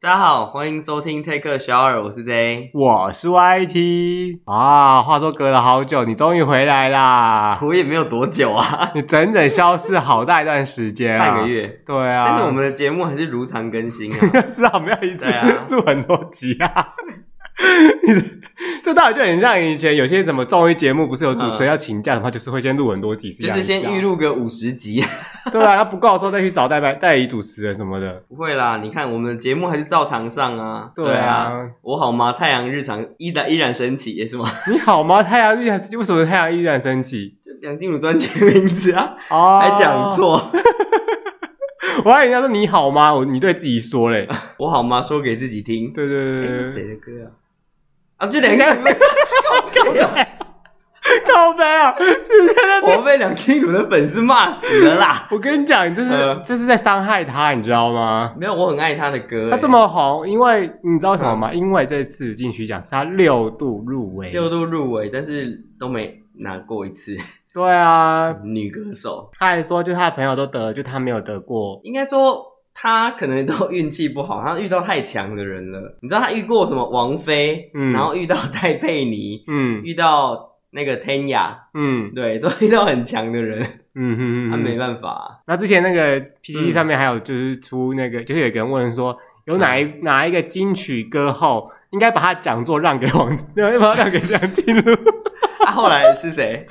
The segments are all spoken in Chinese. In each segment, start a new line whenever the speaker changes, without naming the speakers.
大家好，欢迎收听 Take a Shower，我是 J。
我是 YT 啊，话说隔了好久，你终于回来 啦！
我也没有多久啊，
你整整消失好大一段时间、啊，
半个。月。
对啊，
但是我们的节目还是如常更新 啊。
至少没有一次
对啊
录很多集啊。你 这到底就很像以前有些什么综艺节目，不是有主持人要请假的话，就是会先录很多集，
嗯就是先预
录。
录个五十 集，
啊 对啊，他不够的时候再去找代班代理主持人什么的。
不会啦。你看我们的节目还是照常上啊。
对啊，
我好吗？太阳日常依然依然升起，也是吗？
你好吗？太阳依然升起，为什么太阳依然升起？
就梁静茹专辑的名字啊，
哦，
还讲，错。
我还以为他说你好吗？我你对自己说嘞。
我好吗？说给自己听。
对对对
诶
对
谁的
对，
歌啊？啊，就梁静 茹，
靠背啊！
我被梁静茹的粉丝骂死了啦。
我跟你讲，你这是、
呃
这是在伤害他，你知道吗？
没有，我很爱她的歌、
他这么红，因为你知道为什么吗？因为这次金曲奖是他六度入围，
嗯六度入围，但是都没拿过一次
对啊。
女歌手。
他还说，就他的朋友都得了，就他没有得过。
应该说她可能都运气不好，她遇到太强的人了。你知道她遇过什么王菲，
嗯
然后遇到戴佩妮，
嗯
遇到那个 Tanya，
嗯
对，都遇到很强的人，
嗯嗯
她、
嗯，嗯
没办法啊、
那之前那个 PPT
嗯
上面还有就是出那个，就是有一个人问说，有
嗯
哪一、哪一个金曲歌后应该把他讲座让给王， 要把他让给梁静茹？
啊，后来是谁？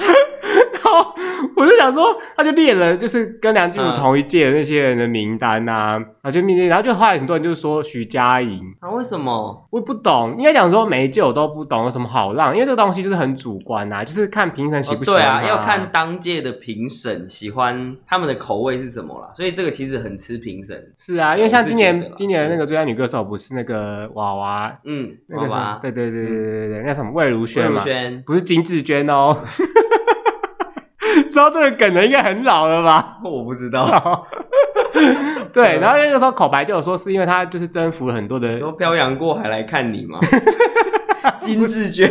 然后我就想说，他就列了就是跟梁静茹
嗯
同一届的那些人的名单呐、然后就面对，然后就后来很多人就说徐佳莹，
啊，为什么？
我也不懂，应该讲说每一届我都不懂有什么好让，因为这个东西就是很主观呐、就是看评审喜
哦
不喜
对
欢、
啊，要看。当届的评审喜欢他们的口味是什么啦，所以这个其实很吃评审。
是啊，因为像今
我是觉得
年
啦
今年的那个最佳女歌手不是那个娃娃，
嗯，
那
好
个什么
吧，
对对对对对对对，那什么魏如
嗯魏
萱
如
嘛，
萱，
不是金志娟哦。 说到这个梗的应该很老了吧？
我不 知道。
对，
嗯
然后那个时候口白就有说，是因为她就是征服了很多的
你说漂洋过海来看你 吗？金志娟，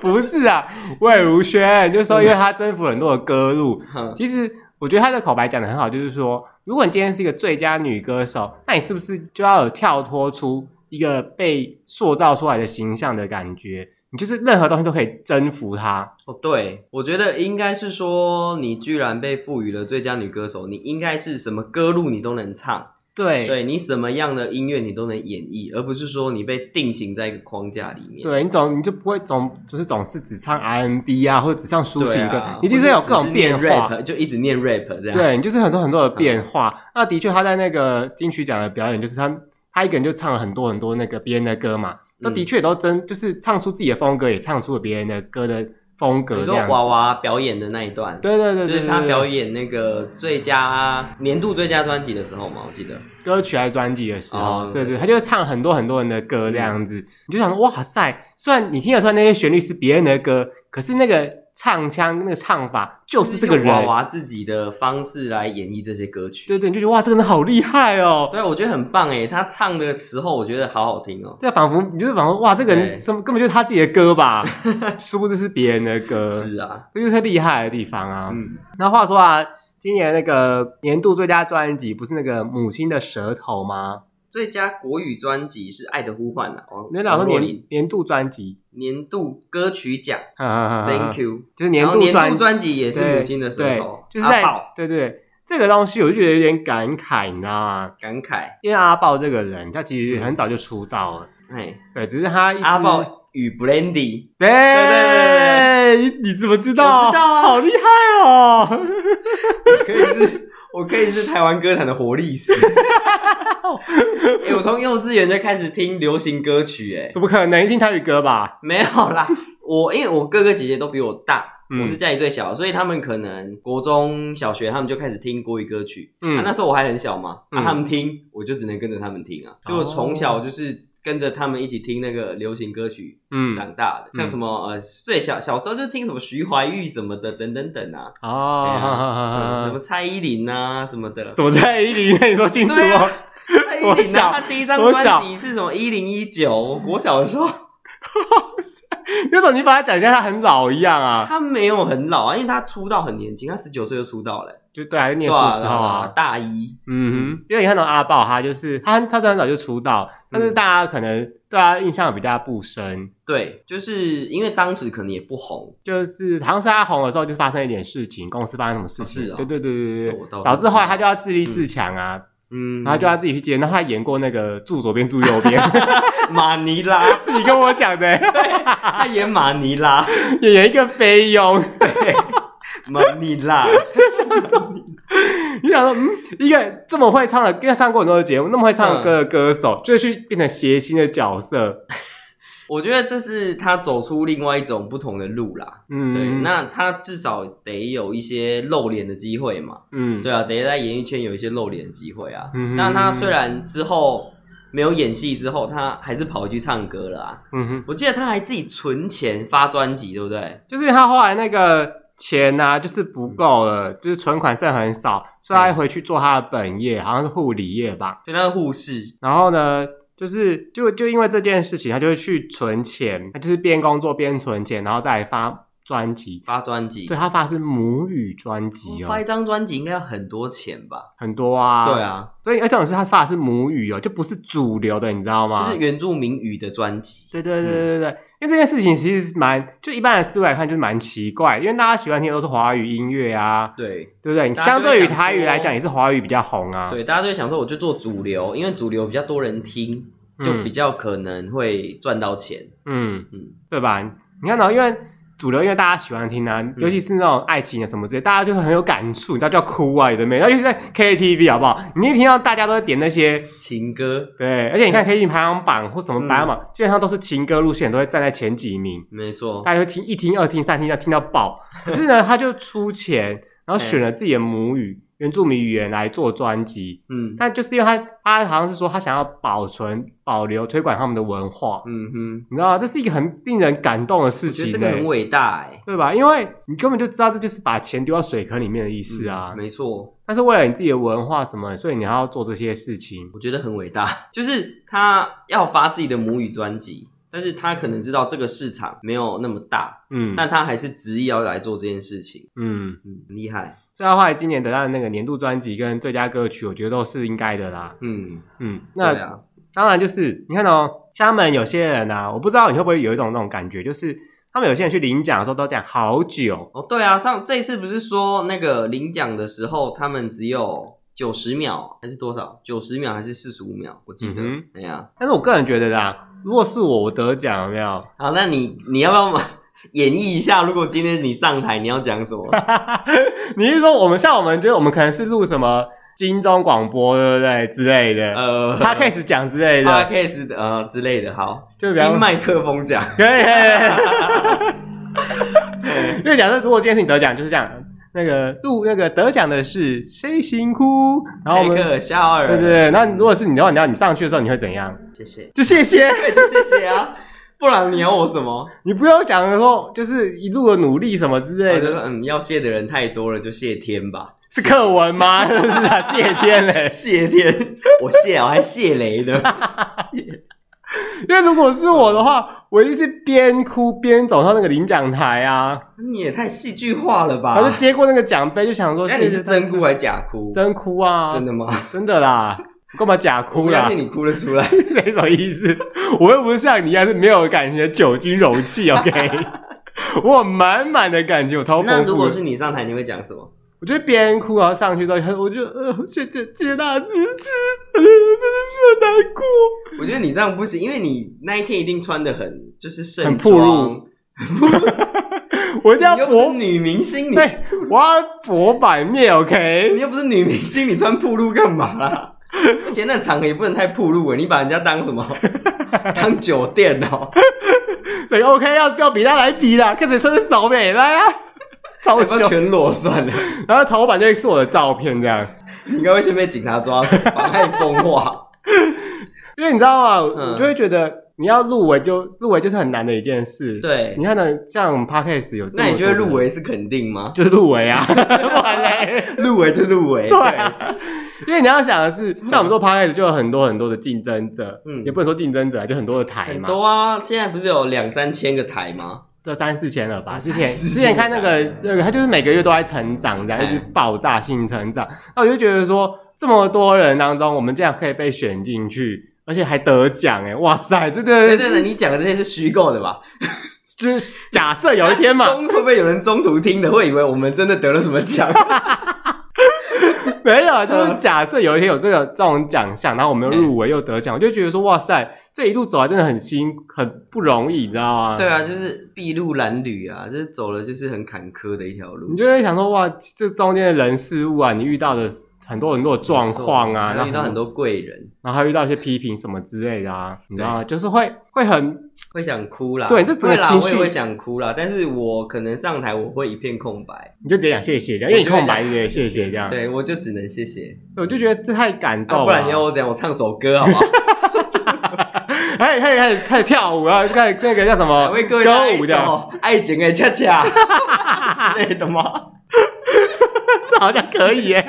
不是啊，魏如萱，就是说，因为她征服了很多的歌路。
哼
其实我觉得她的口白讲的很好，就是说，如果你今天是一个最佳女歌手，那你是不是就要有跳脱出一个被塑造出来的形象的感觉？你就是任何东西都可以征服它。
哦，对，我觉得应该是说，你居然被赋予了最佳女歌手，你应该是什么歌路你都能唱，
对
对你什么样的音乐你都能演绎，而不是说你被定型在一个框架里面。
对你总你就不会总就是总是只唱 RNB 啊，或者只唱抒
对
情歌，
啊，
你一定是有各
或者
种
只
变
念
化。
rap, 就一直念 rap 这样。，嗯
对，你就是很多很多的变化。那的确，他在那个金曲奖的表演，就是他他一个人就唱了很多很多那个别人的歌
嗯
嘛，那的确也都真就是唱出自己的风格，也唱出了别人的歌的风格
你
这
说
样子。
娃娃表演的那一段，
对对对
就
对，
是她
对
表演那个最佳年度最佳专辑的时候嘛，我记得。
歌曲还是专辑的时候，
哦嗯
对对，他就会唱很多很多人的歌这样子，你就想说哇塞，虽然你听得出来那些旋律是别人的歌，可是那个唱腔那个唱法就是这个人，
娃娃自己的方式来演绎这些歌曲。
对对，你就觉得哇，这个人好厉害哦。
对，我觉得很棒诶，他唱的时候我觉得好好听哦。
对，啊仿佛你就是仿佛哇，这个
对
人什么根本就是他自己的 歌吧，殊不知是别人的歌，
是啊，
这就是他厉害的地方啊。
嗯，
那话说啊，今年那个年度最佳专辑不是那个《母亲的舌头》吗？
最佳国语专辑是《爱的呼唤》啊，王
你老说
王若
年
琳
年度专 辑啊
年度歌曲奖
，Thank
，Thank。you。
就是年
然后
度
啊年
专
度专辑也是
对
母亲的舌头，
对就是
阿
在
宝
对对对这个东西，我就觉得有点感慨，你知道吗？
感慨，
因为阿豹这个人，他其实很早就出道了，
哎，
对，只是他一直
阿，宝与 Blendy，
对
对
对对，你你怎么知道？
我知道啊
好厉害哦！
可以是，我可以是台湾歌坛的活历史。哎，我从幼稚园就开始听流行歌曲，哎，
怎么可能？一听台语歌吧？
没有啦，我因为我哥哥姐姐都比我大，
嗯
我是家里最小的，所以他们可能国中小学他们就开始听国语歌曲。
嗯
啊，那时候我还很小嘛，啊，
嗯哦
他们听我就只能跟着他们听啊，所以我从小就是跟着他们一起听那个流行歌曲
嗯
长大的，
嗯
像什么呃最小小时候就听什么徐怀钰什么的等等等啊，哎呀呃什么
哦，
蔡依林啊什么的。
什么在一零？那你说清楚
对啊
哦。
蔡依
我
林
小
啊，她第一张
我小
专辑是什么？一零一九，国小的时候。
那种你把它讲一下，他很老一样啊。
他没有很老啊，因为他出道很年轻，他十九岁就出道了、
就对啊，就念
对
书
啊
的
对
时
啊
候
对啊
啊，
大一，
嗯哼，因为你看到阿豹他就是他他虽然早就出道，但是大家可能对他印象比较不深，
对，就是因为当时可能也不红，
就是好像是他红的时候就发生一点事情，公司发生什么事情，
哦是哦
对对对对
这我倒
对，
不
导致后来他就要自立自强啊，
嗯，
然后 就要自己去接，然后他演过那个住左边住右边，
马尼拉，
自己跟我讲的、
他演马尼拉，
演一个菲佣，
马尼拉，
你想说，嗯，一个这么会唱的，因为上过很多的节目，那么会唱
嗯
歌的歌手，就去变成谐星的角色，
我觉得这是他走出另外一种不同的路啦。
嗯，
对，那他至少得有一些露脸的机会嘛。
嗯，
对啊，得在演艺圈有一些露脸的机会啊。
嗯
那他虽然之后没有演戏，之后他还是跑回去唱歌了啊。
嗯哼，
我记得他还自己存钱发专辑，对不对？
就是他后来那个钱啊，就是不
嗯
够了，就是存款剩很少，所以他回去做他的本业，好像是护理业吧。
对，他是护士。
然后呢，就是就就因为这件事情，他就会去存钱，他就是边工作边存钱，然后再来发专辑。
发专辑，
对他发的是母语专辑
发
哦
一，张专辑应该要很多钱吧？
很多啊。
对，啊，
所以而且重点是他发的是母语哦，就不是主流的，你知道吗？
就是嗯原住民语的专辑。
对对对对对对，因为这件事情其实是蛮，就一般的思维来看就是蛮奇怪，因为大家喜欢听的都是华语音乐啊，
对
对不对？
大家
相
就会
对于
想
台语来
说
讲，也是华语比较红啊。嗯
对，大家都会想说，我就做主流，因为主流比较多人听，就比较可能会赚到钱。
嗯，嗯
嗯，
对吧？你看到、因为主流，因为大家喜欢听
嗯
啊，尤其是那种爱情啊什么之类，大家就很有感触，你知道就要哭啊，有的没的，尤其是在 KTV 好不好？你一听到大家都会点那些，
情歌，
对，而且你看 KTV 排行榜或什么排行
嗯
榜，基本上都是情歌路线，都会站在前几名，
没错。
大家就听一听、二听、三听，要听到爆。可是呢，他就出钱，然后选了自己的母语。原住民语言来做专辑，
嗯
但就是因为他，他好像是说他想要保存、保留、推广他们的文化，
嗯哼，
你知道吗？这是一个很令人感动的事
我觉
情、
得这
欸，
个很伟大哎、
对吧？因为你根本就知道这就是把钱丢到水坑里面的意思啊。
没错。
但是为了你自己的文化什么，所以你要做这些事情。
我觉得很伟大， 就是他要发自己的母语专辑，但是他可能知道这个市场没有那么大，
嗯，
但他还是执意要来做这件事情，
嗯，
嗯，很厉害，
所以他后来今年得到的那个年度专辑跟最佳歌曲，我觉得都是应该的啦。
嗯，
嗯，那、
对啊，
当然就是你看哦，像他们有些人啊，我不知道你会不会有一种那种感觉，就是他们有些人去领奖的时候都讲好久，
哦，对啊，上这一次不是说那个领奖的时候，他们只有九十秒啊还是多少？九十秒还是四十五秒？我记得
嗯，
哎呀、
但是我个人觉得啦，如果是我，我得奖有没有？
好，那你你要不要 演绎一下？如果今天你上台，你要讲什 么？
你是说我们像我们，就是我们可能是录什么金钟广播，对不对之类的，
呃
他开始讲之类的，
，podcast 的呃之类的，好，
就比
金
方
麦克风 奖。
可以可以。可以因为假设如果今天是你得奖，就是这样，那个录那个得奖的是谁辛苦，然后我
那
们
个小尔，
对对对，那如果是你的话，你要你上去的时候你会怎样？
对，谢谢，
就谢谢，
对，就谢谢啊，不然你要我什么？
你不用讲说就是一路的努力什么之
我
类
就说
的，
嗯，要谢的人太多了，就谢天吧，
是课文吗？是不是啊？谢天嘞。
谢天，我谢，啊我还谢雷的，谢
因为如果是我的话，我一定是边哭边走上那个领奖台啊，
你也太戏剧化了吧
然？后就接过那个奖杯，就想说，
啊那你是真哭还是假哭？
真哭啊，
真的吗？
真的啦，我干嘛假哭啊
我
啦
相？信你哭得出来，
那种意思，我又不是像你一样是没有感情的酒精容器，OK？我有满满的感 情，我超
那
丰
如
富
果
的。
是你上台，你会讲什么？
我觉得边哭然后上去之后，我就呃，谢谢谢谢大家支持，呃真的是很难过。
我觉得你这样不行，因为你那一天一定穿的很就是盛
很暴露
装，
我一定要
你又不是
博，
女明星，你
对，我要博版面，OK？
你又不是女明星，你穿铺路干嘛啦？而且那场合也不能太铺路哎，你把人家当什 么？当酒店哦、
对，OK，要要比他来比啦，看谁穿的少美来啊，超
要不要
凶。
全裸算了？
然后头版就会是我的照片这样，
你应该会先被警察抓住，妨害风化。
因为你知道吗？
嗯
我就会觉得你要入围就入围就是很难的一件事。，
对
你，看呢，像我们 podcast 有这么多
那你觉得入
人
围是肯定吗？
就是入围啊， 不然嘞。
入围就入围，
对啊，因为你要想的是，像我们做 podcast 就有很多很多的竞争者，
嗯
也不能说竞争者啊，就很多的台
很
嘛。
多啊。现在不是有两三千个台吗？
这三四千了吧？
哦
之前
三四千嗯
之前看那个那个，他就是每个月都在成长，然后一直爆炸性成长。那我就觉得说，这么多人当中，我们竟然可以被选进去，而且还得奖哎！哇塞，真
对
的
对对，你讲的这些是虚构的吧？
就是假设有一天 嘛，
中会不会有人中途听的，会以为我们真的得了什么奖？
没有，就是
嗯
假设有一天有这个这种奖项，然后我们又入围又得奖，我就觉得说哇塞，这一路走来真的很辛很不容易，你知道吗？
对啊，就是筚路蓝缕啊，就是走了就是很坎坷的一条路
你。就会想说哇，这中间的人事物啊，你遇到的很多很多的状况啊，
然
然
后
后
遇到很，多贵人，
然后还遇到一些批评什么之类的啊，你知道吗？就是会会很
会想哭啦。
对这整个
啦
情
我也
绪
会想哭啦。但是我可能上台我会一片空白，
你就直接讲谢谢这样，因为你空白直接谢谢这样，
对我就只能谢谢，
我就觉得这太感动
啊，
了，
不然你要我怎样？我唱首歌好不好？
开始开始开始开始跳舞啊，开 始那个叫 什么
为各位唱一
歌
首
舞的，
《爱情的恰恰》 之类的吗？
这 好像可以耶。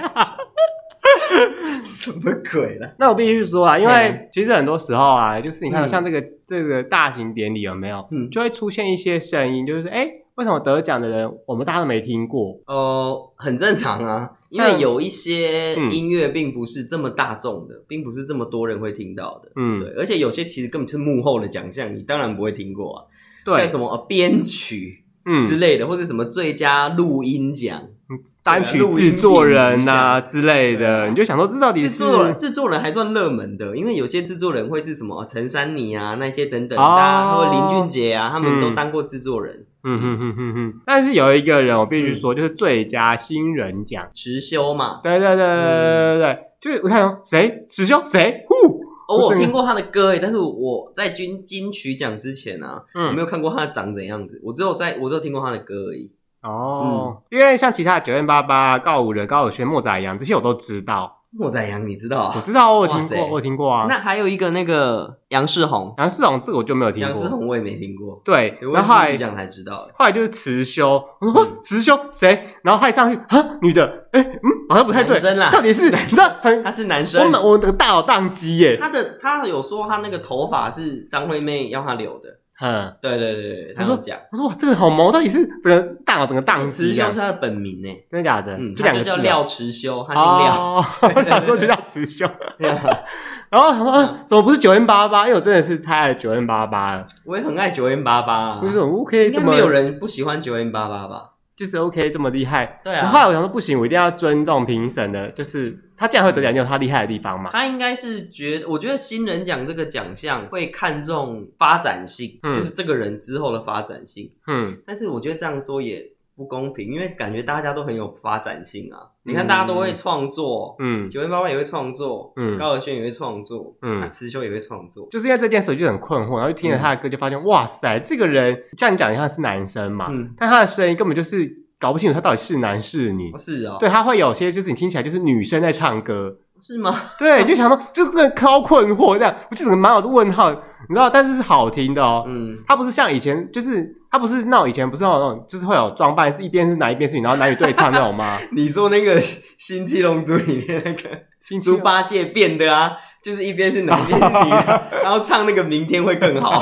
什么鬼啦？
那我必须说啊，因为
嗯
其实很多时候啊，就是你看
嗯
像这个、这个大型典礼有没有，
嗯
就会出现一些声音，就是哎、诶为什么得奖的人我们大家都没听过？
哦，很正常啊，因
像
为有一些
嗯
音乐并不是这么大众的，并不是这么多人会听到的。对
嗯，，
而且有些其实根本是幕后的奖项，你当然不会听过啊。像
对，
什么呃编曲
嗯，
之类的，或是什么最佳录音奖，
单曲制作人呐、啊、之类
对
的，
啊
你就想说这到底
制
是
作人制作人还算热门的，因为有些制作人会是什么呃陈珊妮啊那些等等，
哦
大家或林俊杰啊，他们都
嗯
当过制作人。
嗯哼哼哼哼。但是有一个人我必须
嗯
说，就是最佳新人奖，
持修嘛，
对对对对对对对，就是我看哦谁师兄谁，呼，
哦，
不
我
是
听过他的歌诶，但是我在金金曲奖之前啊，我没
嗯，
有看过他长怎样子，我只有在我只有听过他的歌而已。嗯
哦，因为像其他的九零八八、告五人、高尔轩、莫仔一样，这些我都知道。
莫宰阳，你知道
我
啊？
知道，我有
哇
听
塞
过，我有听过啊。
那还有一个那个杨世宏，
杨世宏这个我就没有听
杨世
过，
宏我也没听过，
对。
我
然后后
也是金
来
曲奖才知道诶。
后来就是辞修，我
嗯
说啊辞修谁？然后还上去啊，女的，哎，嗯，好像不太对
男，生啦
到底是你知道很，
他是男
我
生，啊
们我的大脑宕机耶，
他的他有说他那个头发是张惠妹要他留的，
嗯，
对对对对，他
你说
有讲。
我说哇，这个好萌，到底是整个大脑整个宕
持
机
修
啊
是，他的本名呢，
真的假的？
嗯，
就
他
两
就叫
个字啊
廖持修，他姓廖。
哦， 我想说就叫辞 修，
对啊
然后他说啊，怎么不是九零八八？因为我真的是太爱九零八八了，
我也很爱九 N 八八，
就是我 OK
啊应该
这么
没有人不喜欢九 N 八八吧？
就是 OK 这么厉害，
对
然后后
啊，
来我想说，不行，我一定要尊重评审的，就是他既然会得奖，就有他厉害的地方嘛。
他应该是觉，我觉得新人奖这个奖项会看重发展性，
嗯
就是这个人之后的发展性。
嗯，
但是我觉得这样说也不公平，因为感觉大家都很有发展性啊。你看
嗯
大家都会创作，
嗯，
九零八八也会创作，
嗯
高尔宣也会创作，
嗯
嗯，辞修也会创作，
就是因为这件事，我就很困惑，然后就听了他的歌，就发现，哇塞，这个人像你讲，他是男生嘛，
嗯，
但他的声音根本就是搞不清楚他到底是男是女
哦。是哦，
对，，他会有些就是你听起来就是女生在唱歌，
是吗？
对，你就想说，就这个超困惑这样，我就整个满脑子问号，你知道？但是是好听的哦，
嗯，
他不是像以前，就是他不是那种以前不是那种，就是会有装扮，是一边是男一边是女，然后男女对唱那 种吗？
你说那个《新七龙珠》里面那个
星期
猪八戒变的啊，就是一边是男一边是女啊， 然后唱那个明天会更好，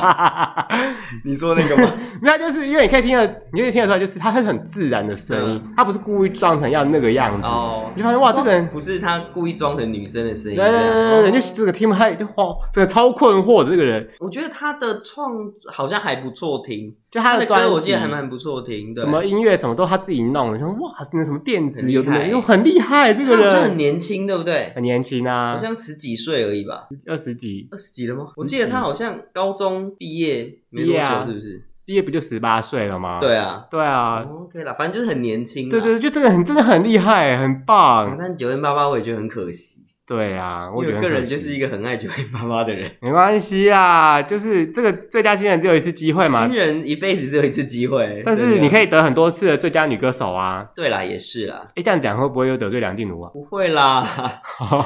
你说那个吗？
那就是因为你可以听得，你可以听得出来，就是他是很自然的声音，他不是故意装成要那个样子。
嗯哦
你，就发现哇，这个人，
不是他故意装成女生的声音
对
这
对
样，
对对，
哦
对就这个听不太，就哇，这个超困惑的这个人，
我觉得他的创好像还不错听，
就
他
他的
的
专
歌
辑，
我记得还蛮不错听的，
什么音乐什么都他自己弄的，就说哇，那什么电子
很厉害
有的没有，很厉害，这
他
个
好像很
人
年轻，对不对？
很年轻啊
好，像十几岁而已吧，
二十几，
二十几了吗？我记得他好像高中毕业没
毕
多
业啊
久，是不是？
毕业不就十八岁了吗？
对啊
对啊，
，OK 啦，反正就是很年轻啦。
对对，对就这个很真的很厉害，很
啊
棒，
但九零八八我也觉得很可惜，
对啊，我
嗯因为
觉得
我
很
个
可
人
惜
就是一个很爱九零八八的人。
没关系啊，就是这个最佳新人只有一次机会 嘛
新，人一辈子只有一次机会，
但
真
是
的
你可以得很多次的最佳女歌手啊。
对啦，也是啦，
哎，这样讲会不会又得罪梁静茹啊？
不会啦，啊
哦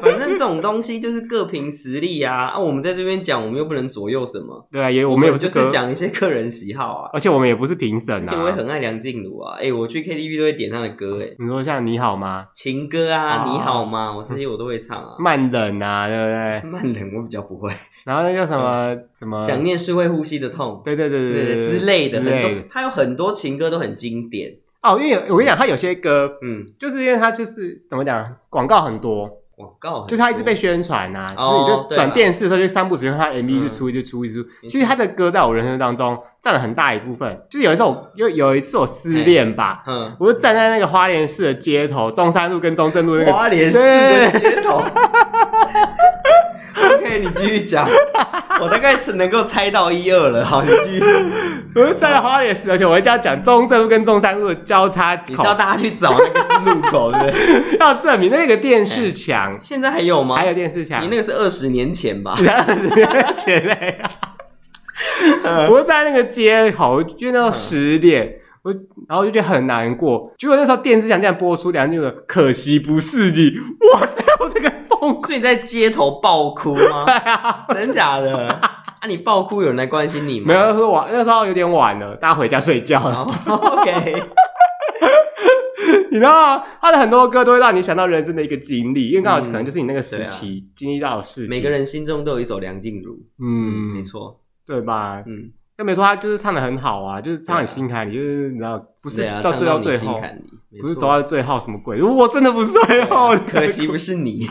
反正这种东西就是各凭实力啊。啊，我们在这边讲，我们又不能左右什么，
对啊，也我们也不
就
歌
是，讲一些个人喜好啊。
而且我们也不是评
而
审
且我也
啊。
很爱梁静茹啊，哎、我去 KTV 都会点她的歌、哎，
你说像你好吗？
情歌啊，
哦
你好吗？我这些我都会唱啊。
慢冷啊，对不对？
慢冷我比较不会，
然后那叫什么什么？
嗯想念是会呼吸的痛，
对对啊对
对
对对
之类的，很
之类
多
的。
他有很多情歌都很经典。
哦，因为有我跟你讲，他有些歌
嗯，
就是因为他就是怎么讲，广告很多，
广告很多
就是他一直被宣传呐、
哦
就是你就
对啊
转电视的时候就三不时就看他 MV
嗯
就出一就出一就出。其实他的歌在我人生当中占了很大一部分，就是有一次我有有一次我失恋吧，
嗯，
我就站在那个花莲市的街头，中山路跟中正路那个
花莲市的街头。OK，你继续讲，我大概是能够猜到一二了。好，你继 续。
我就站在花莲市，而且我一定要讲中正路跟中山路的交叉
你
口
是，要大家去找那个路口，对不对？
要证明那个电
哎
视墙，
现在还有吗？
还有电视墙
你，那个是二十年前吧？
然后年前嘞， 我就在那个街头，因为那时候十点，我然后我就觉得很难过。结果那时候电视墙竟然播出梁静茹的《可惜不是你》，哇塞，我这个崩溃
所以你在街头爆哭吗？
啊！
真假的？ 啊，你爆哭有人来关心你吗？
没有，那时候晚，那时候有点晚了，大家回家睡觉了。
好。OK，
你知道吗他的很多歌都会让你想到人生的一个经历，因为刚好
嗯
可能就是你那个时期经历到的事情。
啊每个，人心中都有一首梁静茹。嗯，
嗯，
没，错。
对吧？
嗯，
又没说他就是唱的很好啊，就是唱得很心坎里，就是你知道，不是
对啊，
到最
唱
到
你
最
心
后，
坎里没
不是
错啊
走到最后什么鬼？我真的不是最后，
可惜不是你，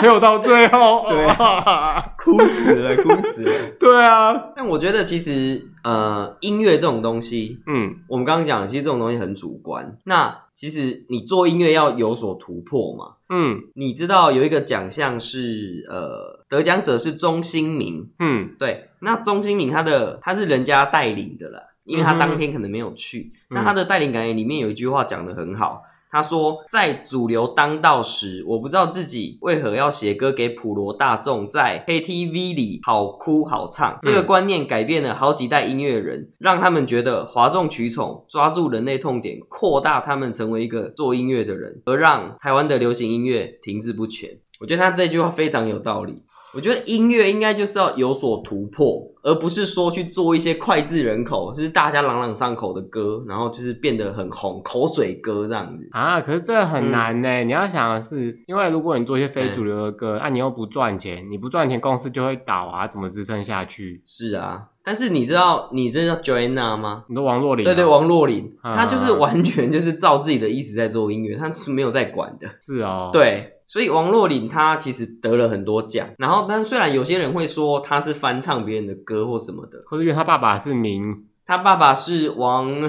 没有到最后。
对
啊，
哭死了，哭死了。
对啊，
但我觉得其实呃，音乐这种东西，
嗯，
我们刚刚讲的，其实这种东西很主观。那其实你做音乐要有所突破嘛。
嗯
你知道有一个奖项是呃，得奖者是钟兴民，
嗯
对，那钟兴民他的他是人家带领的啦，因为他当天可能没有去。
嗯
那他的带领感言里面有一句话讲的很好，他说在主流当道时，我不知道自己为何要写歌给普罗大众在 KTV 里好哭好唱。这个观念改变了好几代音乐人，让他们觉得哗众取宠，抓住人类痛点，扩大他们成为一个做音乐的人，而让台湾的流行音乐停滞不前。我觉得他这句话非常有道理。我觉得音乐应该就是要有所突破，而不是说去做一些脍炙人口，就是大家朗朗上口的歌，然后就是变得很红，口水歌这样子。
啊，可是这很
嗯
难呢。你要想的是，因为如果你做一些非主流的歌，啊，你又不赚钱，你不赚钱，公司就会倒啊，怎么支撑下去？
是啊，但是你知道你这叫 Joanna 吗？
你说王若琳啊，
对对，王若琳，
啊
她就是 完全就是照自己的意思在做音乐，她是没有在管的。
是哦，，
对，所以王若琳她其实得了很多奖，然后但虽然有些人会说她是翻唱别人的歌或什么的，
可是因为他爸爸是名
她爸爸是王，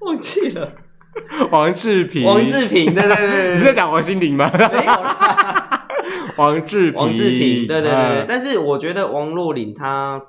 忘记了
王志平，
王志平，对对对对
你
对
是在讲王心 凌吗？
没有 啦，
王志平，
王志平，对对对对。
嗯
但是我觉得王若琳她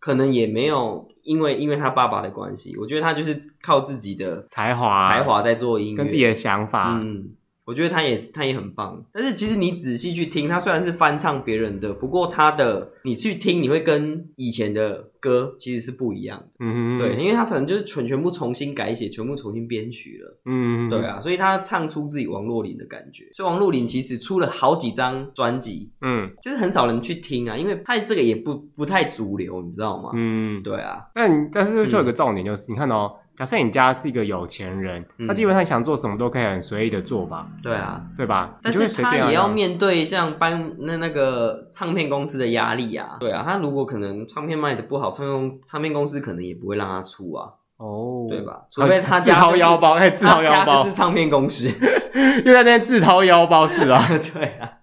可能也没有因为因为她爸爸的关系，我觉得她就是靠自己的
才华，
才华在做音乐，
啊跟自己的啊想法，
嗯。我觉得她也是，她也很棒。但是其实你仔细去听，她虽然是翻唱别人的，不过她的你去听，你会跟以前的歌其实是不一样的。
嗯，
对，，因为她可能就是全全部重新改写，全部重新编曲了。
嗯，
对，啊，所以她唱出自己王若琳的感觉。所以王若琳其实出了好几张专辑，
嗯
就是很少人去听啊，因为它这个也不不太主流，你知道吗？
嗯，
对啊，
但但是就有个重点就是，你看哦，假设你家是一个有钱人，
嗯
他基本上想做什么都可以很随意的做吧，
对啊，
对吧？
但
你
是
就会随便
他也要
啊
面对像搬那那个唱片公司的压力啊，对啊，他如果可能唱片卖的不好，唱片公唱片公司可能也不会让他出啊，
哦，
对？吧？除非他
自
家、就
掏
是、
腰，包，哎，自掏
他
腰
家
包
就，是唱片公司，
又在那边自掏腰包是吧？
对啊，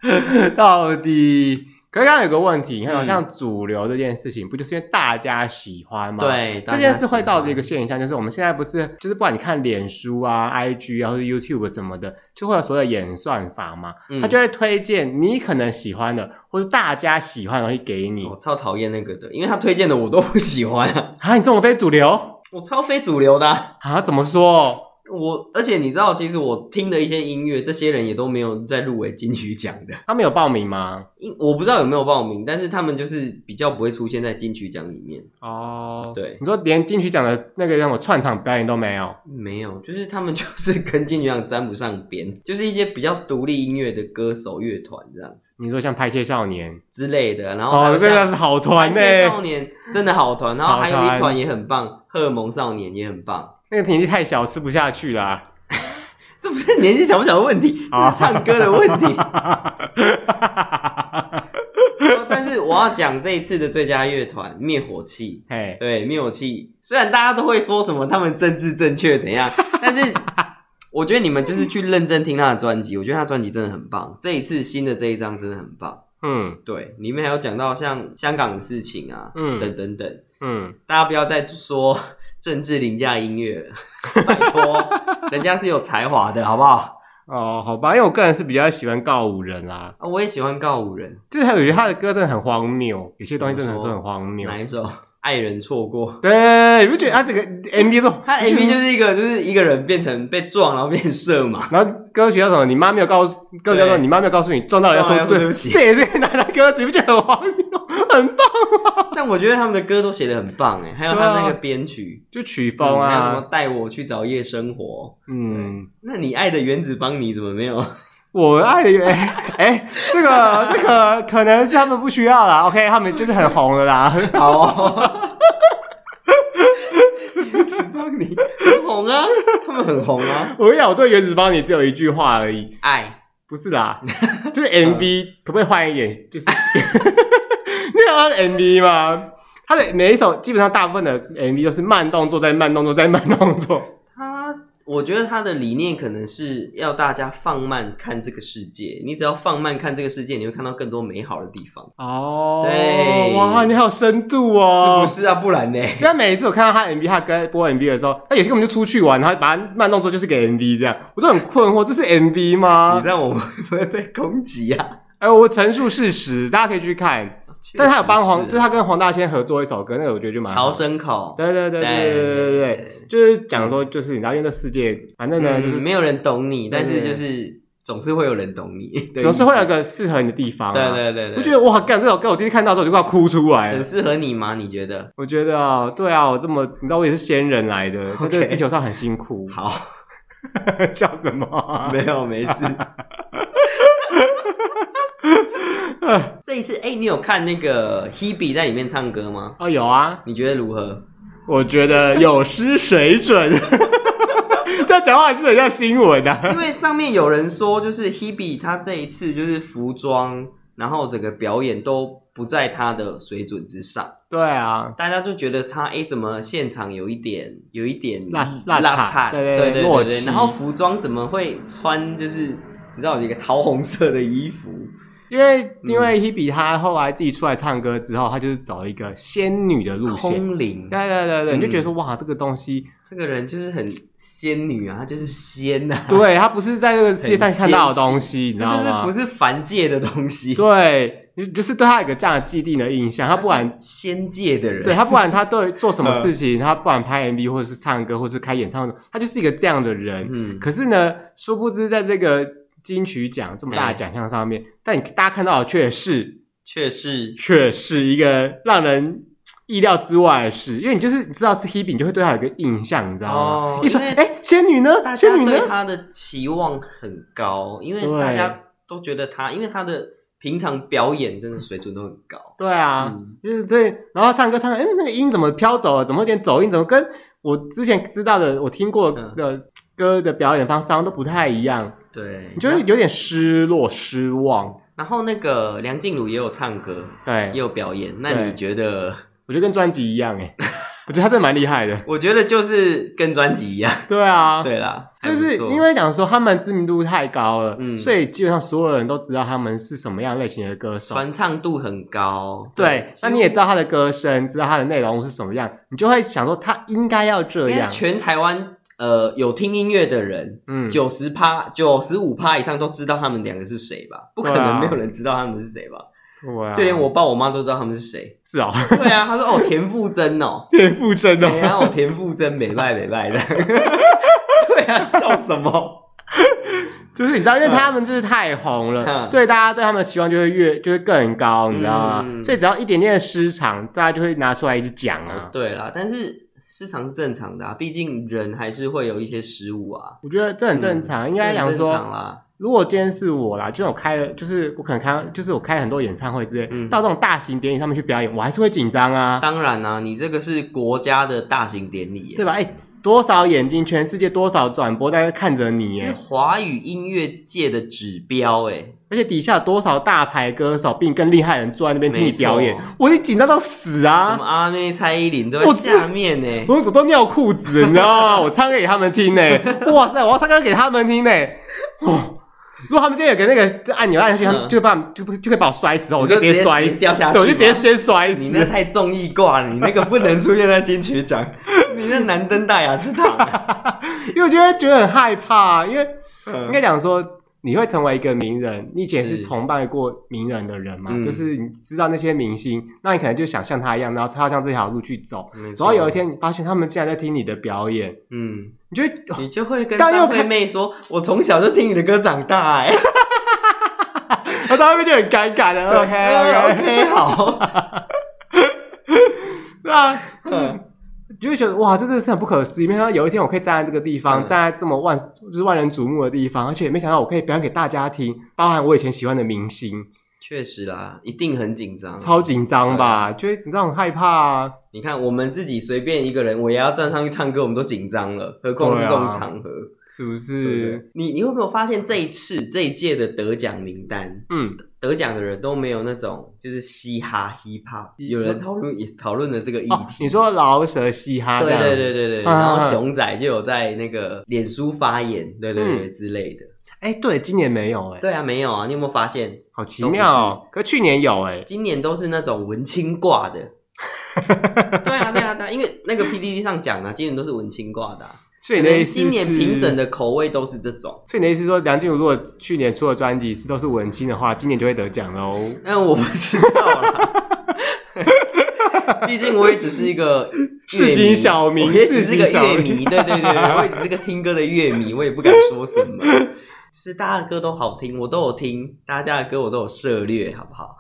到底？可是刚刚有个问题，你看哦，
嗯
像主流这件事情，不就是因为大家喜欢吗？。
对，
这件事会
造
造成一个现象，就是我们现在不是，就是不管你看脸书啊、IG 啊，或者 YouTube 什么的，就会有所谓的演算法嘛，
嗯
它就会推荐你可能喜欢的，或者大家喜欢的东西给你
我。超讨厌那个的，因为他推荐的我都不喜欢啊，
啊，你这种非主流
我超非主流的啊、
啊？怎么说？
我而且你知道，其实我听的一些音乐，这些人也都没有在入围金曲奖的。
他们有报名吗？
因我不知道有没有报名，但是他们就是比较不会出现在金曲奖里面。
哦，
对
你说连金曲奖的那个什么串场表演都没有？
没有，就是他们就是跟金曲奖沾不上边，就是一些比较独立音乐的歌手、乐团这样子
你说像拍戏少年，
之类的。然后还
哦
有，
真的
像
是好团
感
呢、
谢少年真的好团，然后
好
还
团
有一团也很棒，荷尔蒙少年也很棒。
那个年纪太小，吃不下去啦。
这不是年纪小不小的问题，这
好
是唱歌的 问题。哦但是我要讲这一次的最佳乐团灭火器，
嘿，
对灭火器，虽然大家都会说什么他们政治正确怎样，但是我觉得你们就是去认真听他的专辑，我觉得他专辑真的很棒，这一次新的这一张真的很棒。
嗯
对，里面还有讲到像香港的事情啊，
嗯
等等等，
嗯，
大家不要再说 政治凌驾音乐了，拜托，人家是有才华的，好不好？
哦，好吧，因为我个人是比较喜欢告五人啦，
啊，我也喜欢告五人，
就是他有些他的歌真的很荒谬，有些东西真的
怎
是
么说
很荒谬。
哪一首？爱人错过，
对，你不觉得他啊整个 MV 都
他 MV 就是一个就是一个人变成被撞，然后变成射马，
然后歌曲叫什么？你妈没有告诉，歌曲叫什么？
对
你妈没有告诉你撞到人
撞
家
到人家说
说
对不起
这也是男的歌词，你不觉得很荒谬？ 很棒，
但我觉得他们的歌都写的很棒哎，还有他那个编曲，
就曲
嗯
风
还有什
啊
么，带我去找夜生活，
嗯，
那你爱的原子邦尼怎么没有？
我爱的 哎哎，这个这个可能是他们不需要啦，OK，他们就是很红的啦，
好、哦，原子邦尼很红啊，他们很红啊，
我跟你讲，我对原子邦你只有一句话而已，
爱
不是 啦，就是 MV 可不可以换一点？就是 你有看到 MV 吗？他的每一首基本上大部分的 MV 都是慢动作，在慢动作，在慢动作。
他。我觉得他的理念可能是要大家放慢看这个世界，你只要放慢看这个世界，你会看到更多美好的地方，
哦，
对
哇，你好有深度哦，
是不是啊？不然呢？
但每一次我看到他 MV，他跟播 MV 的时候，他有些根本就出去玩，然后把他慢动作就是给 MV 这样，我都很困惑，这是 MV
你
吗？
这样我们会不会被攻击啊？
哎、我陈述事实，大家可以去看。但是他有帮黄，就
确
是
实啊
他跟黄大仙合作一首歌，那个我觉得就蛮好
逃。生口，
对对对对对对对对，就是讲说，就是你知道，因为那世界，反正呢，就
嗯，
是
没有人懂你，
对
但
对
是就是总是会有人懂你， 的
总是会有
意
一
思
个适合你的地方、啊。
对对对对，
我觉得哇，干这首歌，我第一次看到的时候就快要哭出来了
很。适合你吗？你觉得？
我觉得啊，对啊，我这么，你知道我也是仙人来的，在
OK
这个地球上很辛 苦。
好，
笑什么啊？
没有 没事。这一次，哎、你有看那个 Hebe 在里面唱歌吗？
哦，有啊，
你觉得如何？
我觉得有失水准。 这讲话还是很像新闻啊。
因为上面有人说，就是 Hebe 她这一次就是服装，然后整个表演都不在她的水准之上，
对啊，
大家就觉得她哎、诶怎么现场有一点有一点嗯
辣辣
辣
菜对对
对
对
对
落
对
漆
对，然后服装怎么会穿就是你知道有一个桃红色的衣服？
因为因为 Hebe 她后来自己出来唱歌之后，她就是走一个仙女的路线。
空灵，
对对对对，你就觉
嗯
得说哇，这个东西，
这个人就是很仙女啊，她就是仙呐、啊，，
对她不是在这个世界上
很
看到
仙
的
气
东西，你知道
就是
吗
不？是凡界的东西，
对，你就是对她有一个这样的既定的印象，她不管
她是仙界的人，嗯
对他，不管他对做什么事情，他不管拍 MV 或者是唱歌，或者是开演唱会，他就是一个这样的人。
嗯，
可是呢，殊不知在这个金曲奖这
嗯
么大的奖项上面，但你大家看到的却是
却是
却是一个让人意料之外的事，因为你就是你知道是 Hebe，你就会对他有一个印象，你知道吗？
哦
一说
因为
哎，仙女呢？
大家
仙女呢
对？她的期望很高，因为
对
大家都觉得她，因为她的平常表演真的水准都很高，
对啊，
嗯
就是这，然后唱歌唱歌，哎，那个音怎么飘走了？怎么有点走音？怎么跟我之前知道的、我听过
嗯
的歌的表演方式好像都不太一样？
对，
你就会有点失落、失望。
然后那个梁静茹也有唱歌，
对
也，有表演，那
对
你觉得？
我觉得跟专辑一样哎，我觉得他真的蛮厉害的。
我觉得就是跟专辑一样，
对啊，
对啦，
就是
还不错
因为讲说他们知名度太高了，
嗯
所以基本上所有人都知道他们是什么样类型的歌手。
传唱度很高，
对，
所
那
以
你也知道他的歌声，知道他的内容是什么样，你就会想说他应该要这
因为
样。
全台湾呃有听音乐的人，
嗯，
九十趴、九十五趴以上都知道他们两个是谁吧？不可
对啊
能没有人知道他们是谁吧？
对啊。
就连我爸我妈都知道他们是谁
是哦，
对啊，他说哦田馥甄哦，
田馥甄
哎呀
哦，
哦田馥甄美拜美拜的， 对啊笑什么？
就是你知道，因为他们就是太红了，
嗯
所以大家对他们的期望就会越就会更高，你知道吗？
嗯
所以只要一点点的失常，大家就会拿出来一直讲啊。
哦对啦，但是市场是正常的啊，毕竟人还是会有一些失误啊，
我觉得这很正常，应该
这
讲
很正
说
常，哦啦。
如果今天是我啦，就是我开了，就是我可能开，就是我开很多演唱会之类，
嗯
到这种大型典礼上面去表演，我还是会紧张啊，
当然啦、你这个是国家的大型典礼耶，啊
对吧？哎、多少眼睛，全世界多少转播在看着你
是
耶，
华语音乐界的指标哎、
而且底下有多少大牌歌手比你更厉害的人坐在那边听你
没错
表演，我就紧张到死
什么
啊！
阿妹、蔡依林都在
我知
下面呢、欸
我用手都尿裤子，你知道吗？我唱歌给他们 听呢，哇塞，我要唱歌给他们听呢，哦。如果他们今天有个那个按钮按下去，他们
嗯
就把就就可以把我摔死，哦我
你就
直接
直接
摔
直接
死，
掉下去
对我就直接
嘛
先摔死。
你那太综艺挂了，你那个不能出现在金曲奖， 你那难登大雅之堂啊、
因为我觉得觉得很害怕，因为 应该
嗯
讲说你会成为一个名人，你以前是
是
崇拜过名人的人嘛，
嗯
就是你知道那些明星，那你可能就想像他一样，然后他向这条路去走，
没
直
错
到有一天你发现他们竟然在听你的表演，
嗯，
你就会
你就会跟
但又
张
看
惠妹说：“我从小就听你的歌长大、哎
然后 他们就很尴尬的 OK OK，
嗯 OK，好，
对啊。
嗯
你就会觉得哇，这真的是很不可思议。没想到有一天我可以站在这个地方，
嗯
站在这么万就是万人瞩目的地方，而且没想到我可以表演给大家听，包含我以前喜欢的明星，
确实啦，一定很紧张。啊
超紧张
哎
吧？就会你知道很害怕啊。
你看，我们自己随便一个人，我也要站上去唱歌，我们都紧张了，何况是
对啊
这种场合。
是不
对不
是？
对你你会没有发现这一次这一届的得奖名单，
嗯，
得奖的人都没有那种就是嘻哈 hip hop，有人讨论也讨论了这个议
哦，
题。
你说饶舌嘻哈这
对
样，
对对对对，
啊
然后熊仔就有在那个脸书发言，对对
嗯
对之类的。
哎，对，今年没有哎，
对啊，没有啊，你有没有发现
好奇妙哦。可去年有哎，
今年都是那种文青挂 的？对啊对啊对啊，因为那个 PDD 上讲的、啊，今年都是文青挂的啊、
所以你的意思
今年评审
的，
的口味都是这种。
所以你的意思是说，梁静茹如果去年出的专辑是都是文青的话，今年就会得奖喽。
嗯，我不知道啦， 毕竟我也只是一个乐迷
市井小民
我也只是个
市井小
乐
民
迷，对对对对，我也只是个听歌的乐迷，我也不敢说什么。就是大家的歌都好听，我都有听，大家的歌我都有涉略，好不好？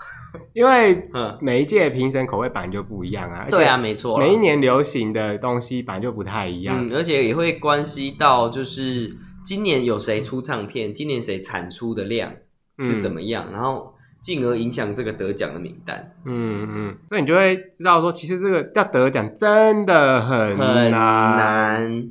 因为
嗯，
每一届评审口味本来就不一样啊，而且
对啊，，没错啦，
每一年流行的东西本来就不太一样。
嗯，而且也会关系到就是今年有谁出唱片，今年谁产出的量
嗯
是怎么样，然后进而影响这个得奖的名单。
嗯嗯，所以你就会知道说，其实这个要得奖真的很
很
难啊、
难，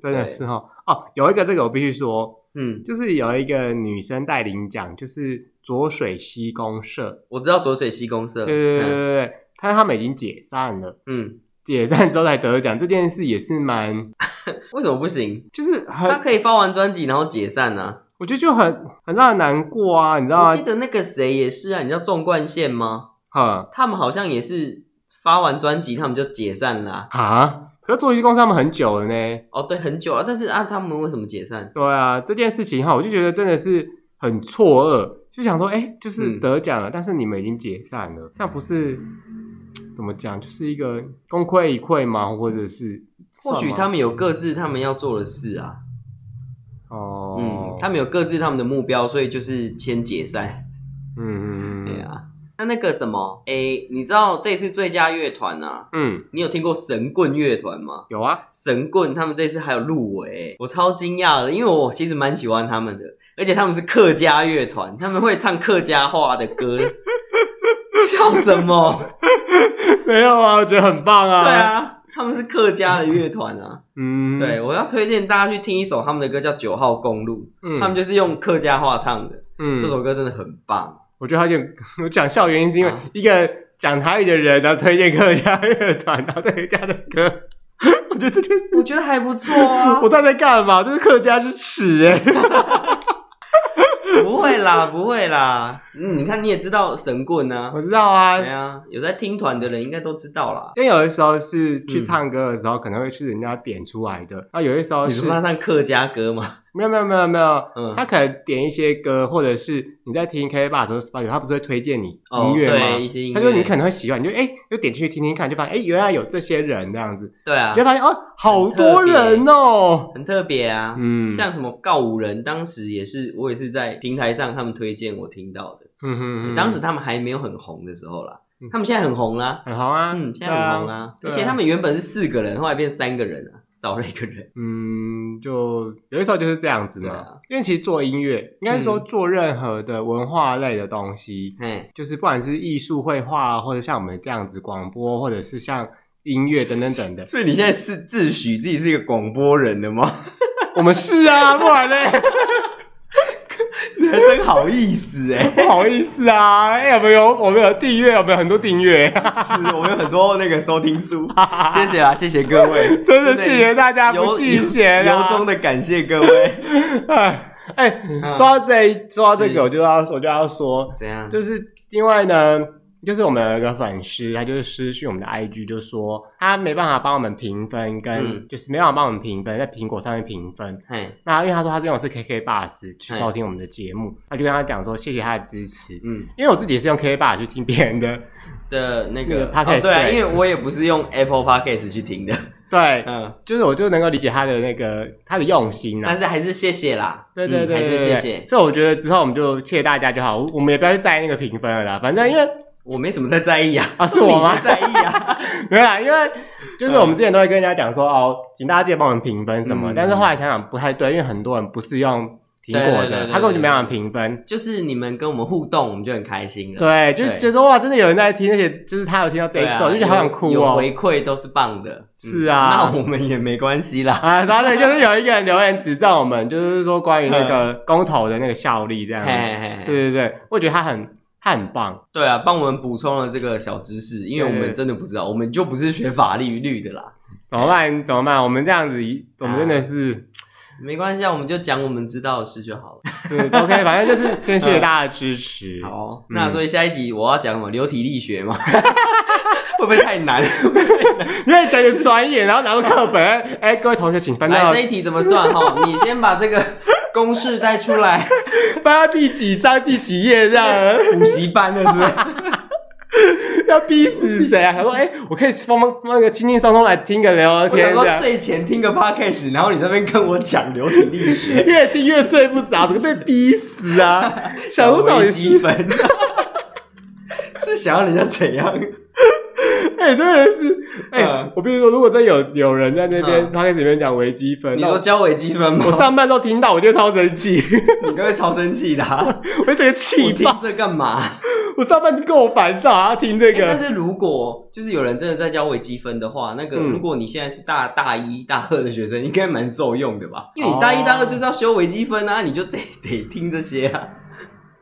真的
对
是哦。哦，有一个这个我必须说，
嗯，
就是有一个女生带领奖，就是浊水溪公社，
我知道左水溪公社，
对
嗯
对对对对，对她他们已经解散了，
嗯，
解散之后才得奖，这件事也是蛮，
为什么不行？
就是
他
很，
可以发完专辑然后解散啊。
我觉得就很很让人难过啊，你知道
我
吗
记？得那个谁也是啊，你知道纵贯线吗？
哈
他们好像也是发完专辑他们就解散啦、
啊，可是浊水溪公社他们很久了呢，
哦，对，很久了，但是啊，他们为什么解散？
对啊，这件事情哈，我就觉得真的是很错愕，就想说，哎，就是
嗯
得奖了，但是你们已经解散了，这样不是怎么讲，就是一个功亏一篑吗？或者是
或许
算吗
他们有各自他们要做的事啊，
哦，
嗯，他们有各自他们的目标，所以就是先解散。
嗯嗯嗯，
对啊，那那个什么，诶，你知道这次最佳乐团啊，
嗯，
你有听过神棍乐团吗？
有啊，
神棍他们这次还有入围，我超惊讶的，因为我其实蛮喜欢他们的，而且他们是客家乐团，他们会唱客家话的歌， 笑什么？
没有啊，我觉得很棒啊，
对，啊，他们是客家的乐团啊。
嗯，
对，，我要推荐大家去听一首他们的歌，叫《九号公路》，
嗯，
他们就是用客家话唱的，
嗯，
这首歌真的很棒。
我觉得他就我讲笑原因是因为
啊
一个讲台语的人，然后推荐客家乐团，然后推荐客家的歌， 我觉得这件事
我觉得还不错 啊
我，到底在干嘛？这是客家之耻哎！
不会啦，不会啦。嗯，你看你也知道神棍啊，
我知道啊，
对啊，有在听团的人应该都知道啦。
因为有的时候是
嗯
去唱歌的时候，可能会去人家点出来的。那有的时候
你
是
说他唱客家歌吗？
没有没有没有没有，
嗯
他可能点一些歌，或者是你在听 K 吧，或者 s p o t 他不是会推荐你
哦
音乐吗？
对一些音乐
他说你可能会喜欢，你就哎、就点进去听听看，就发现哎、原来有这些人这样子，
对啊
你就，发现哦，好多人哦，
很特别啊。
嗯，
像什么告五人，当时也是我也是在平台上他们推荐我听到的。
嗯哼哼
当时他们还没有很红的时候啦，
嗯
他们现在很红啦、
很红啊，
嗯，现在很红
对啊，
啦、
对
而且他们原本是四个人，后来变三个人啊，少了一个人。
嗯，就有的时候就是这样子嘛，
对啊嗯
因为其实做音乐，应该是说做任何的文化类的东西，
哎，
啊就是不管是艺术、绘画，或者像我们这样子广播，或者是像音乐等等
。
等的
所以你现在是自诩自己是一个广播人的吗？
我们是啊，不然嘞，
你还真好意思哎、
不好意思啊，哎、有没有我们有订阅，我们有很多订阅，
是我们有很多那个收听数，谢谢啊，谢谢各位，
真的谢谢大家不
由
弃嫌
由
啊。
衷的感谢各位。
哎哎，
嗯
说到这一，说到这
是
个，我就要我就要说，
怎样？
就是因为呢，就是我们有一个粉丝，他就是私讯我们的 IG，就说他没办法帮我们评分，跟、
嗯
就是没办法帮我们评分，在苹果上面评分。
嘿，
那因为他说他这种是 KK Bus 去
嗯
收听我们的节目，他就跟他讲说谢谢他的支持。
嗯
因为我自己也是用 KK Bus 去听别人的，
的那
那
个
个 podcast，
哦对啊，
对
因为我也不是用 Apple Podcast 去听的，
对，
嗯，
就是我就能够理解他的那个他的用心啊
但。是还是谢谢啦，
对对
嗯
对
还
对
是
对
谢
对
谢。
所以我觉得之后我们就谢谢大家就好，我我们也不要去在意那个评分了
嗯
啦。反正因为
我没什么在在意啊，
啊是我吗
你在在意啊，
没有啦，因为就是我们之前都会跟人家讲说哦，请大家记得帮我们评分什么，
嗯
但是后来想想不太对，因为很多人不是用苹果的，
对对对对
他根本就没办法评分。
就是你们跟我们互动，我们就很开心了。
对，就
对
觉得哇，真的有人在听，而且就是他有听到这一
对
段，
啊，
我就觉得好想哭
有有
哦。
回馈都是棒的，
是啊
那我们也没关系啦。
啊，然后对，就是有一个人留言指正我们，就是说关于那个公投的那个效力这样
嘿
子。
嗯嘿嘿，
对对对，我觉得他很他很棒，
啊对啊，帮我们补充了这个小知识，因为我
对对
们真的不知道，我们就不是学法律律的啦。
怎么办？怎么办？我们这样子，我们真的是、
没关系啊，我们就讲我们知道的事就好了。
对 OK，反 正就是先谢谢大家的支持。
啊好，
嗯
那所以下一集我要讲什么？流体力学吗？ 会不会太 难？
因为讲的专业，然后拿出课本，哎、各位同学请翻
来，
到
这一题怎么算哈？你先把这个公式带出来，
翻到第几章第几页这样，
补习班的是不是？
要逼死谁啊？他说，哎、我可以放放那个轻轻松松来听个聊
我想
天
说
这样。
睡前听个 podcast，然后你这边跟我讲流体力学，
越听越睡不着，怎么被逼死啊？ 想说到
微
底
积
是，
分， 是想要人家怎 样？
哎、真的是，哎、
嗯
我必须说，如果真有有人在那边
嗯
他开始里面讲微积分，
你
那
说
我
教微积分吗？
我上班都听到，我就超生气，
你都会超生气的、啊，
我整个
我
气
听
爆，
这干嘛？
我上班就够烦躁，啊还要听这
欸但
个，
是如果就是有人真的在教微积分的话，那个
嗯
如果你现在是大大一、大二的学生，应该蛮受用的吧？因为
哦
你大一、大二就是要修微积分啊，你就得得听这些啊。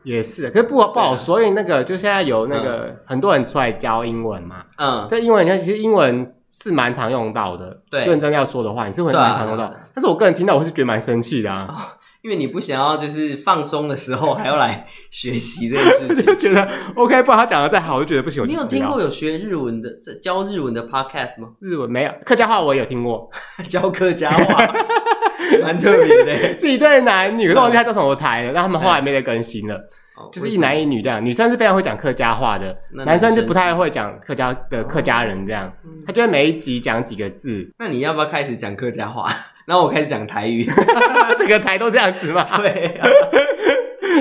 也是，啊可是不不好说，因为那个就现在有那个、很多人出来教英文嘛，
嗯，
但英文你看，其实英文是蛮常用到的。
对
认真要说的话，你是会
对啊
蛮常用到
对啊。哦
但是我个人听到，我是觉得蛮生气的啊，
因为你不想要就是放松的时候还要来学习这件事
就
情。
觉得 OK，不然他讲的再好，我就觉得不行。我
你
就
有
受不了
听过有学日文的这教日文的 podcast 吗？
日文没有？客家话我也有听过，
教客家话， 蛮特别的 欸。
是一对男女，可是我忘记他叫什么台了。那他们后来没得更新了，
哦
就是一男一女这样。女生是非常会讲客家话的，
那
男生
男
就
生
不太会讲客家的
哦
客家人这样
嗯。
他就会每一集讲几个字，
那你要不要开始讲客家话？ 然后我开始讲台语。
整个台都 这样子嘛。
嗯对啊、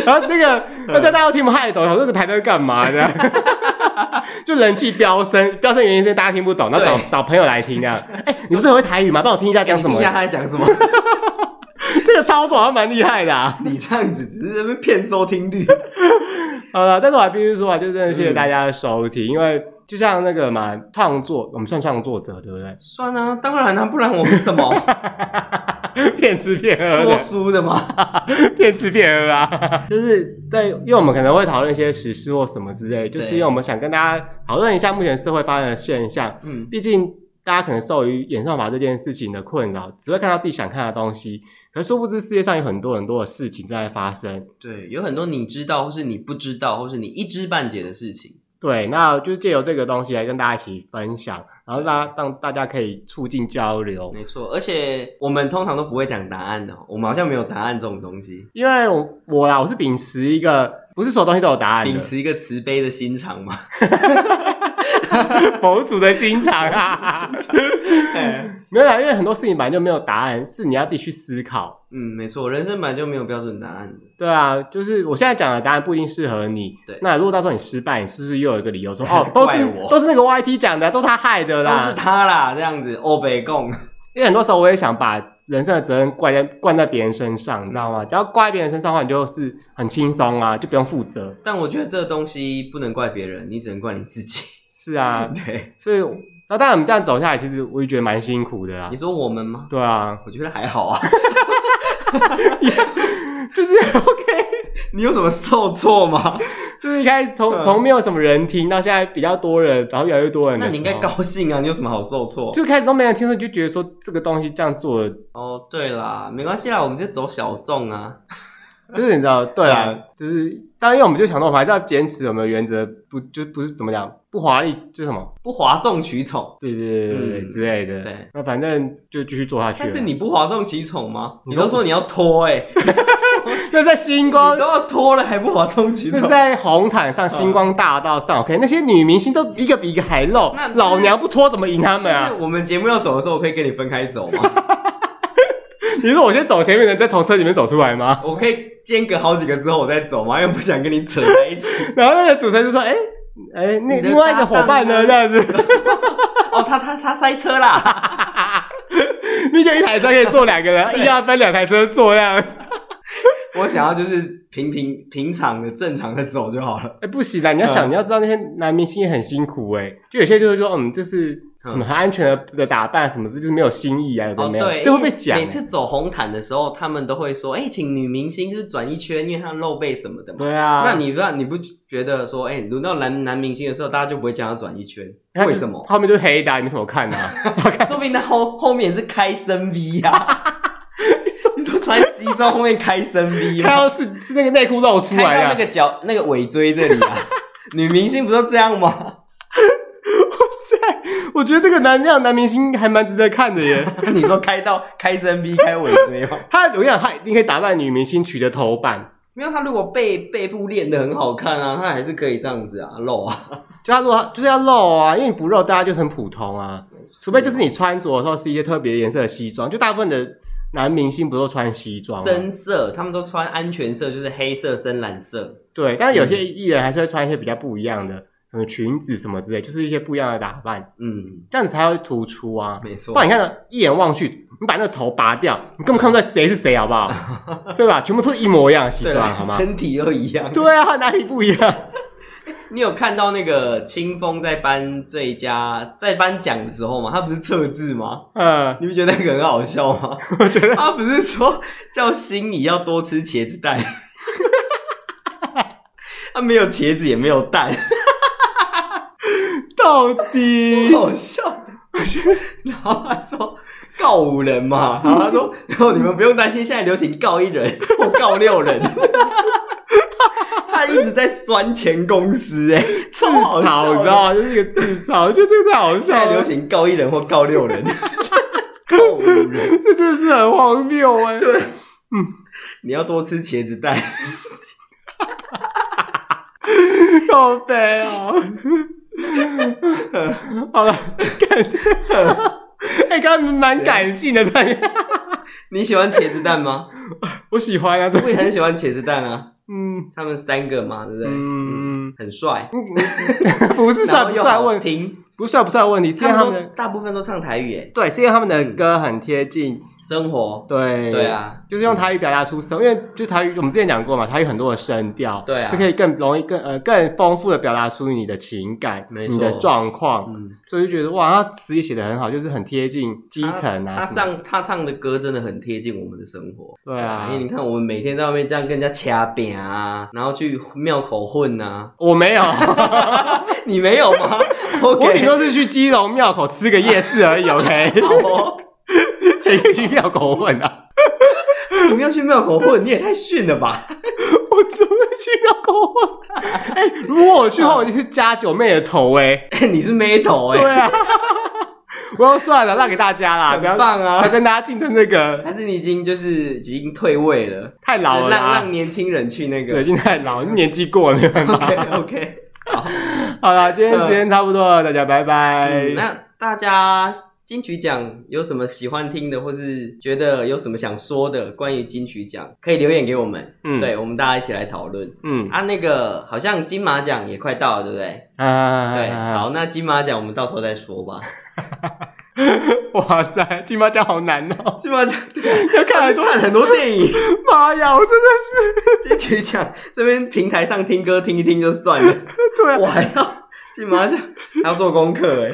然后那个大家大家都听不太懂，想说这个台灯干嘛的？ 就人气飙升，飙升原因是因为大家听不懂，然后找
对哎
找朋友来听 这样。哎、你不是很会台语吗？帮我听一下讲
你
什
听
么
一？下他在讲什么？
这个操作好像蛮厉害的、啊。
你这样子只是在那边骗收听率。
好了，但是我还必须说啊，就真的谢谢大家的收听，因为就像那个嘛，创作我们算创作者对不 对？
算啊，当然啦、不然我们什 么
骗吃骗喝
说
的，
书的嘛？
骗吃骗喝啊，就是在，因为我们可能会讨论一些时事或什么之类，就是因为我们想跟大家讨论一下目前社会发生的现象。
嗯，
毕竟大家可能受于演算法这件事情的困扰，只会看到自己想看的东西，可是殊不知世界上有很多很多的事情正在发生。
对，有很多你知道，或是你不知道，或是你一知半解的事情。
对，那就是借由这个东西来跟大家一起分享，然后让让大家可以促进交流。
没错，而且我们通常都不会讲答案的哦，我们好像没有答案这种东西，
因为我我啊，我是秉持一个不是所有东西都有答案
秉
的
持一个慈悲的心肠 嘛。
博主的心肠啊， 没有啦，因为很多事情本来就没有答案，是你要自己去思考。
嗯，没错，人生本来就没有标准答案的。
对啊，就是我现在讲的答案不一定适合你。
对
那如果到时候你失败，你是不是又有一个理由说哦，都是
怪我
都是那个 YT 讲的，都是他害的
都是
啦？
他啦，这样子，欧北共，
因为很多时候我也想把人生的责任怪在灌在别人身上，你知道
嗯
吗？只要怪在别人身上的话，你就是很轻松啊，就不用负责。
但我觉得这个东西不能怪别人，你只能怪你自己。
是 啊，
对，
所以那当然我们这样走下来，其实我也觉得蛮辛苦的啊
你。说我们吗？
对啊，
我觉得还好啊。
就是 OK，
你有什么受挫吗？
就是一开始从
嗯
从没有什么人听到现在比较多人，然后越来越多人的
那
时候，
你应该高兴啊！你有什么好受挫？
就开始都没人听说，就觉得说这个东西这样做，
哦，对啦，没关系啦，我们就走小众啊。
就是你知道，对啊，
嗯
就是当然，因为我们就想说，我们还是要坚持我们的原则，不就不是怎么讲不华丽，就是什么，
不哗众取宠。
对对对对对、
嗯
之类的。
对，
那反正就继续做下去了。
但是你不哗众取宠吗？
啊你
你
说
都说你要拖哎、欸，
那在星光
你都，要拖了还不哗众取
那
宠
是？在红毯上、星光大道上，OK，那些女明星都一个比一个还露
嗯那，就是
老娘不脱怎么赢他们
就是
啊？
我们节目要走的时候，我可以跟你分开走吗？
你说我先走前面的，再从车里面走出来吗？
我可以间隔好几个之后我再走吗？因为不想跟你扯在一起。
然后那个主持人就说：“哎、哎、那
你的
另外一个伙伴
搭档呢
呢？这样子，
哦，他他他塞车啦！
你就一台车可以坐两个人，一定要分两台车坐这样。哎、
我想要就是平平平常的、正常的走就好了。
哎不行啦！你要想，
嗯
你要知道那些男明星也很辛苦哎、就有些就是说，嗯，这是什么很安全的的打扮，什么这就是没有新意啊，有的
哦，
没有，
对，
这会被讲、欸
每次走红毯的时候，他们都会说：“哎、请女明星就是转一圈，因为她露背什么的嘛。”
对啊，
那你不你不觉得说，哎、轮到男男明星的时候，大家就不会叫他转一圈？
他
为什么？
后面就是黑的啊、你没什么看啊？
说不定他后后面是开深 V 啊！你说穿西装后面开深 V
看
吗？
到是是那个内裤露出
开到
来啊
那
的，
个脚那个尾椎这里啊！女明星不都这样吗？
我觉得这个男这样的男明星还蛮值得看的耶。
你说开到开深 V 开尾椎吗？
他我跟你讲，他一定可以打败女明星取得头版。
没有，他如果背背部练得很好看啊，他还是可以这样子啊，露啊。
就他如果就是要露啊，因为你不露，大家就很普通啊。除非就是你穿着的时候是一些特别颜色的西装，就大部分的男明星不都穿西装、啊？
深色，他们都穿安全色，就是黑色、深蓝色。
对，但是有些艺人还是会穿一些比较不一样的，什么裙子什么之类，就是一些不一样的打扮，
嗯，
这样子才会突出啊。
没错
不。然你看呢，一眼望去，你把那个头拔掉，你根本看不出来谁是谁，好不 好？对吧？全部都是一模一样的西
对
装，
啦
好吗？
身体都一样。
对啊，哪里不一样？
你有看到那个清风在颁最佳在颁奖的时候吗？他不是测字吗？
嗯，
你不觉得那个很好笑吗？我觉得他不是说叫心仪要多吃茄子蛋， 他没有茄子也没有蛋，
到底
好笑的。然后他说告五人嘛，然后他说，然后你们不用担心，现在流行告一人或告六人。他一直在酸前公司、哎，
自
超好笑的
嘲，你知道吗？就是一个自嘲，我觉得这个太好
现
笑
在流
了，
行告一人或告六人，告五人，
这真的是很荒谬哎、对，
你要多吃茄子蛋。
好悲 啊！好了， 感觉，哎、刚刚蛮感性的，突然间，
你喜欢茄子蛋吗？
我喜欢啊，这
我也很喜欢茄子蛋啊，
嗯
他们三个嘛，对不对？
嗯，
很帅，
不是
然
算
后
不
又
算
好
问题，
听，
不算不算问题，是因为
他
他
们
们
都
的
大部分都唱台语，哎，
对，是因为他们的歌很贴近，
生活，
对
对啊，
就是用台语表达出声，因为就台语，我们之前讲过嘛，台语很多的声调，
对啊
就可以更容易、更呃更丰富的表达出你的情感、
没
你的
错
状况，
嗯。
所以就觉得哇，他词语写的很好，就是很贴近基
他
层啊
他
什么的，
上他唱的歌真的很贴近我们的生活。
对啊
因为你看我们每天在外面这样跟人家掐饼啊，然后去庙口混啊，
我没有，
你没有吗
我顶
？OK，
多是去基隆庙口吃个夜市而已 ，OK，
好哦，
谁可以去庙口混啊？
你们要去庙口混，你也太逊了吧？
我怎么去庙口混？哎、如果我去的话，我一定是加九妹的头哎、
你是妹头哎、
对啊， 我要算了，让给大家啦，
很
不要
棒
还
啊！
跟大家竞争 这个，
还是你已经就是已经退位了，
太老
就
了
让
啦
让。年轻人去那
对，
个
已。经太老，年纪过了没 办法。
OK OK，
好了，今天时间差不多了，大家拜拜。
嗯那大家。金曲奖有什么喜欢听的，或是觉得有什么想说的关于金曲奖，可以留言给我们。
嗯
对，我们大家一起来讨论
嗯
啊。那个好像金马奖也快到了，对不对？
啊，
对，好，那金马奖我们到时候再说 吧。
哇塞，金马奖好难哦！
金马奖对，啊
要看很多，
看很多电影，
妈呀，我真的
金曲奖这边平台上听歌听一听就算了，
是对啊，
我还要金马奖还要做功课哎、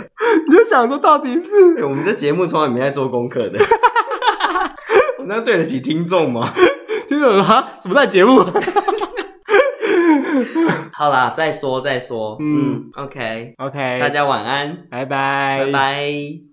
你就想说到底是
欸我们这节目从来没在做功 课的，我们这样对得起听众吗？
就是我说啊什么烂节 目？
好啦，再说再说，
嗯哎
嗯，OK，
OK，
大家晚安，
拜拜
拜拜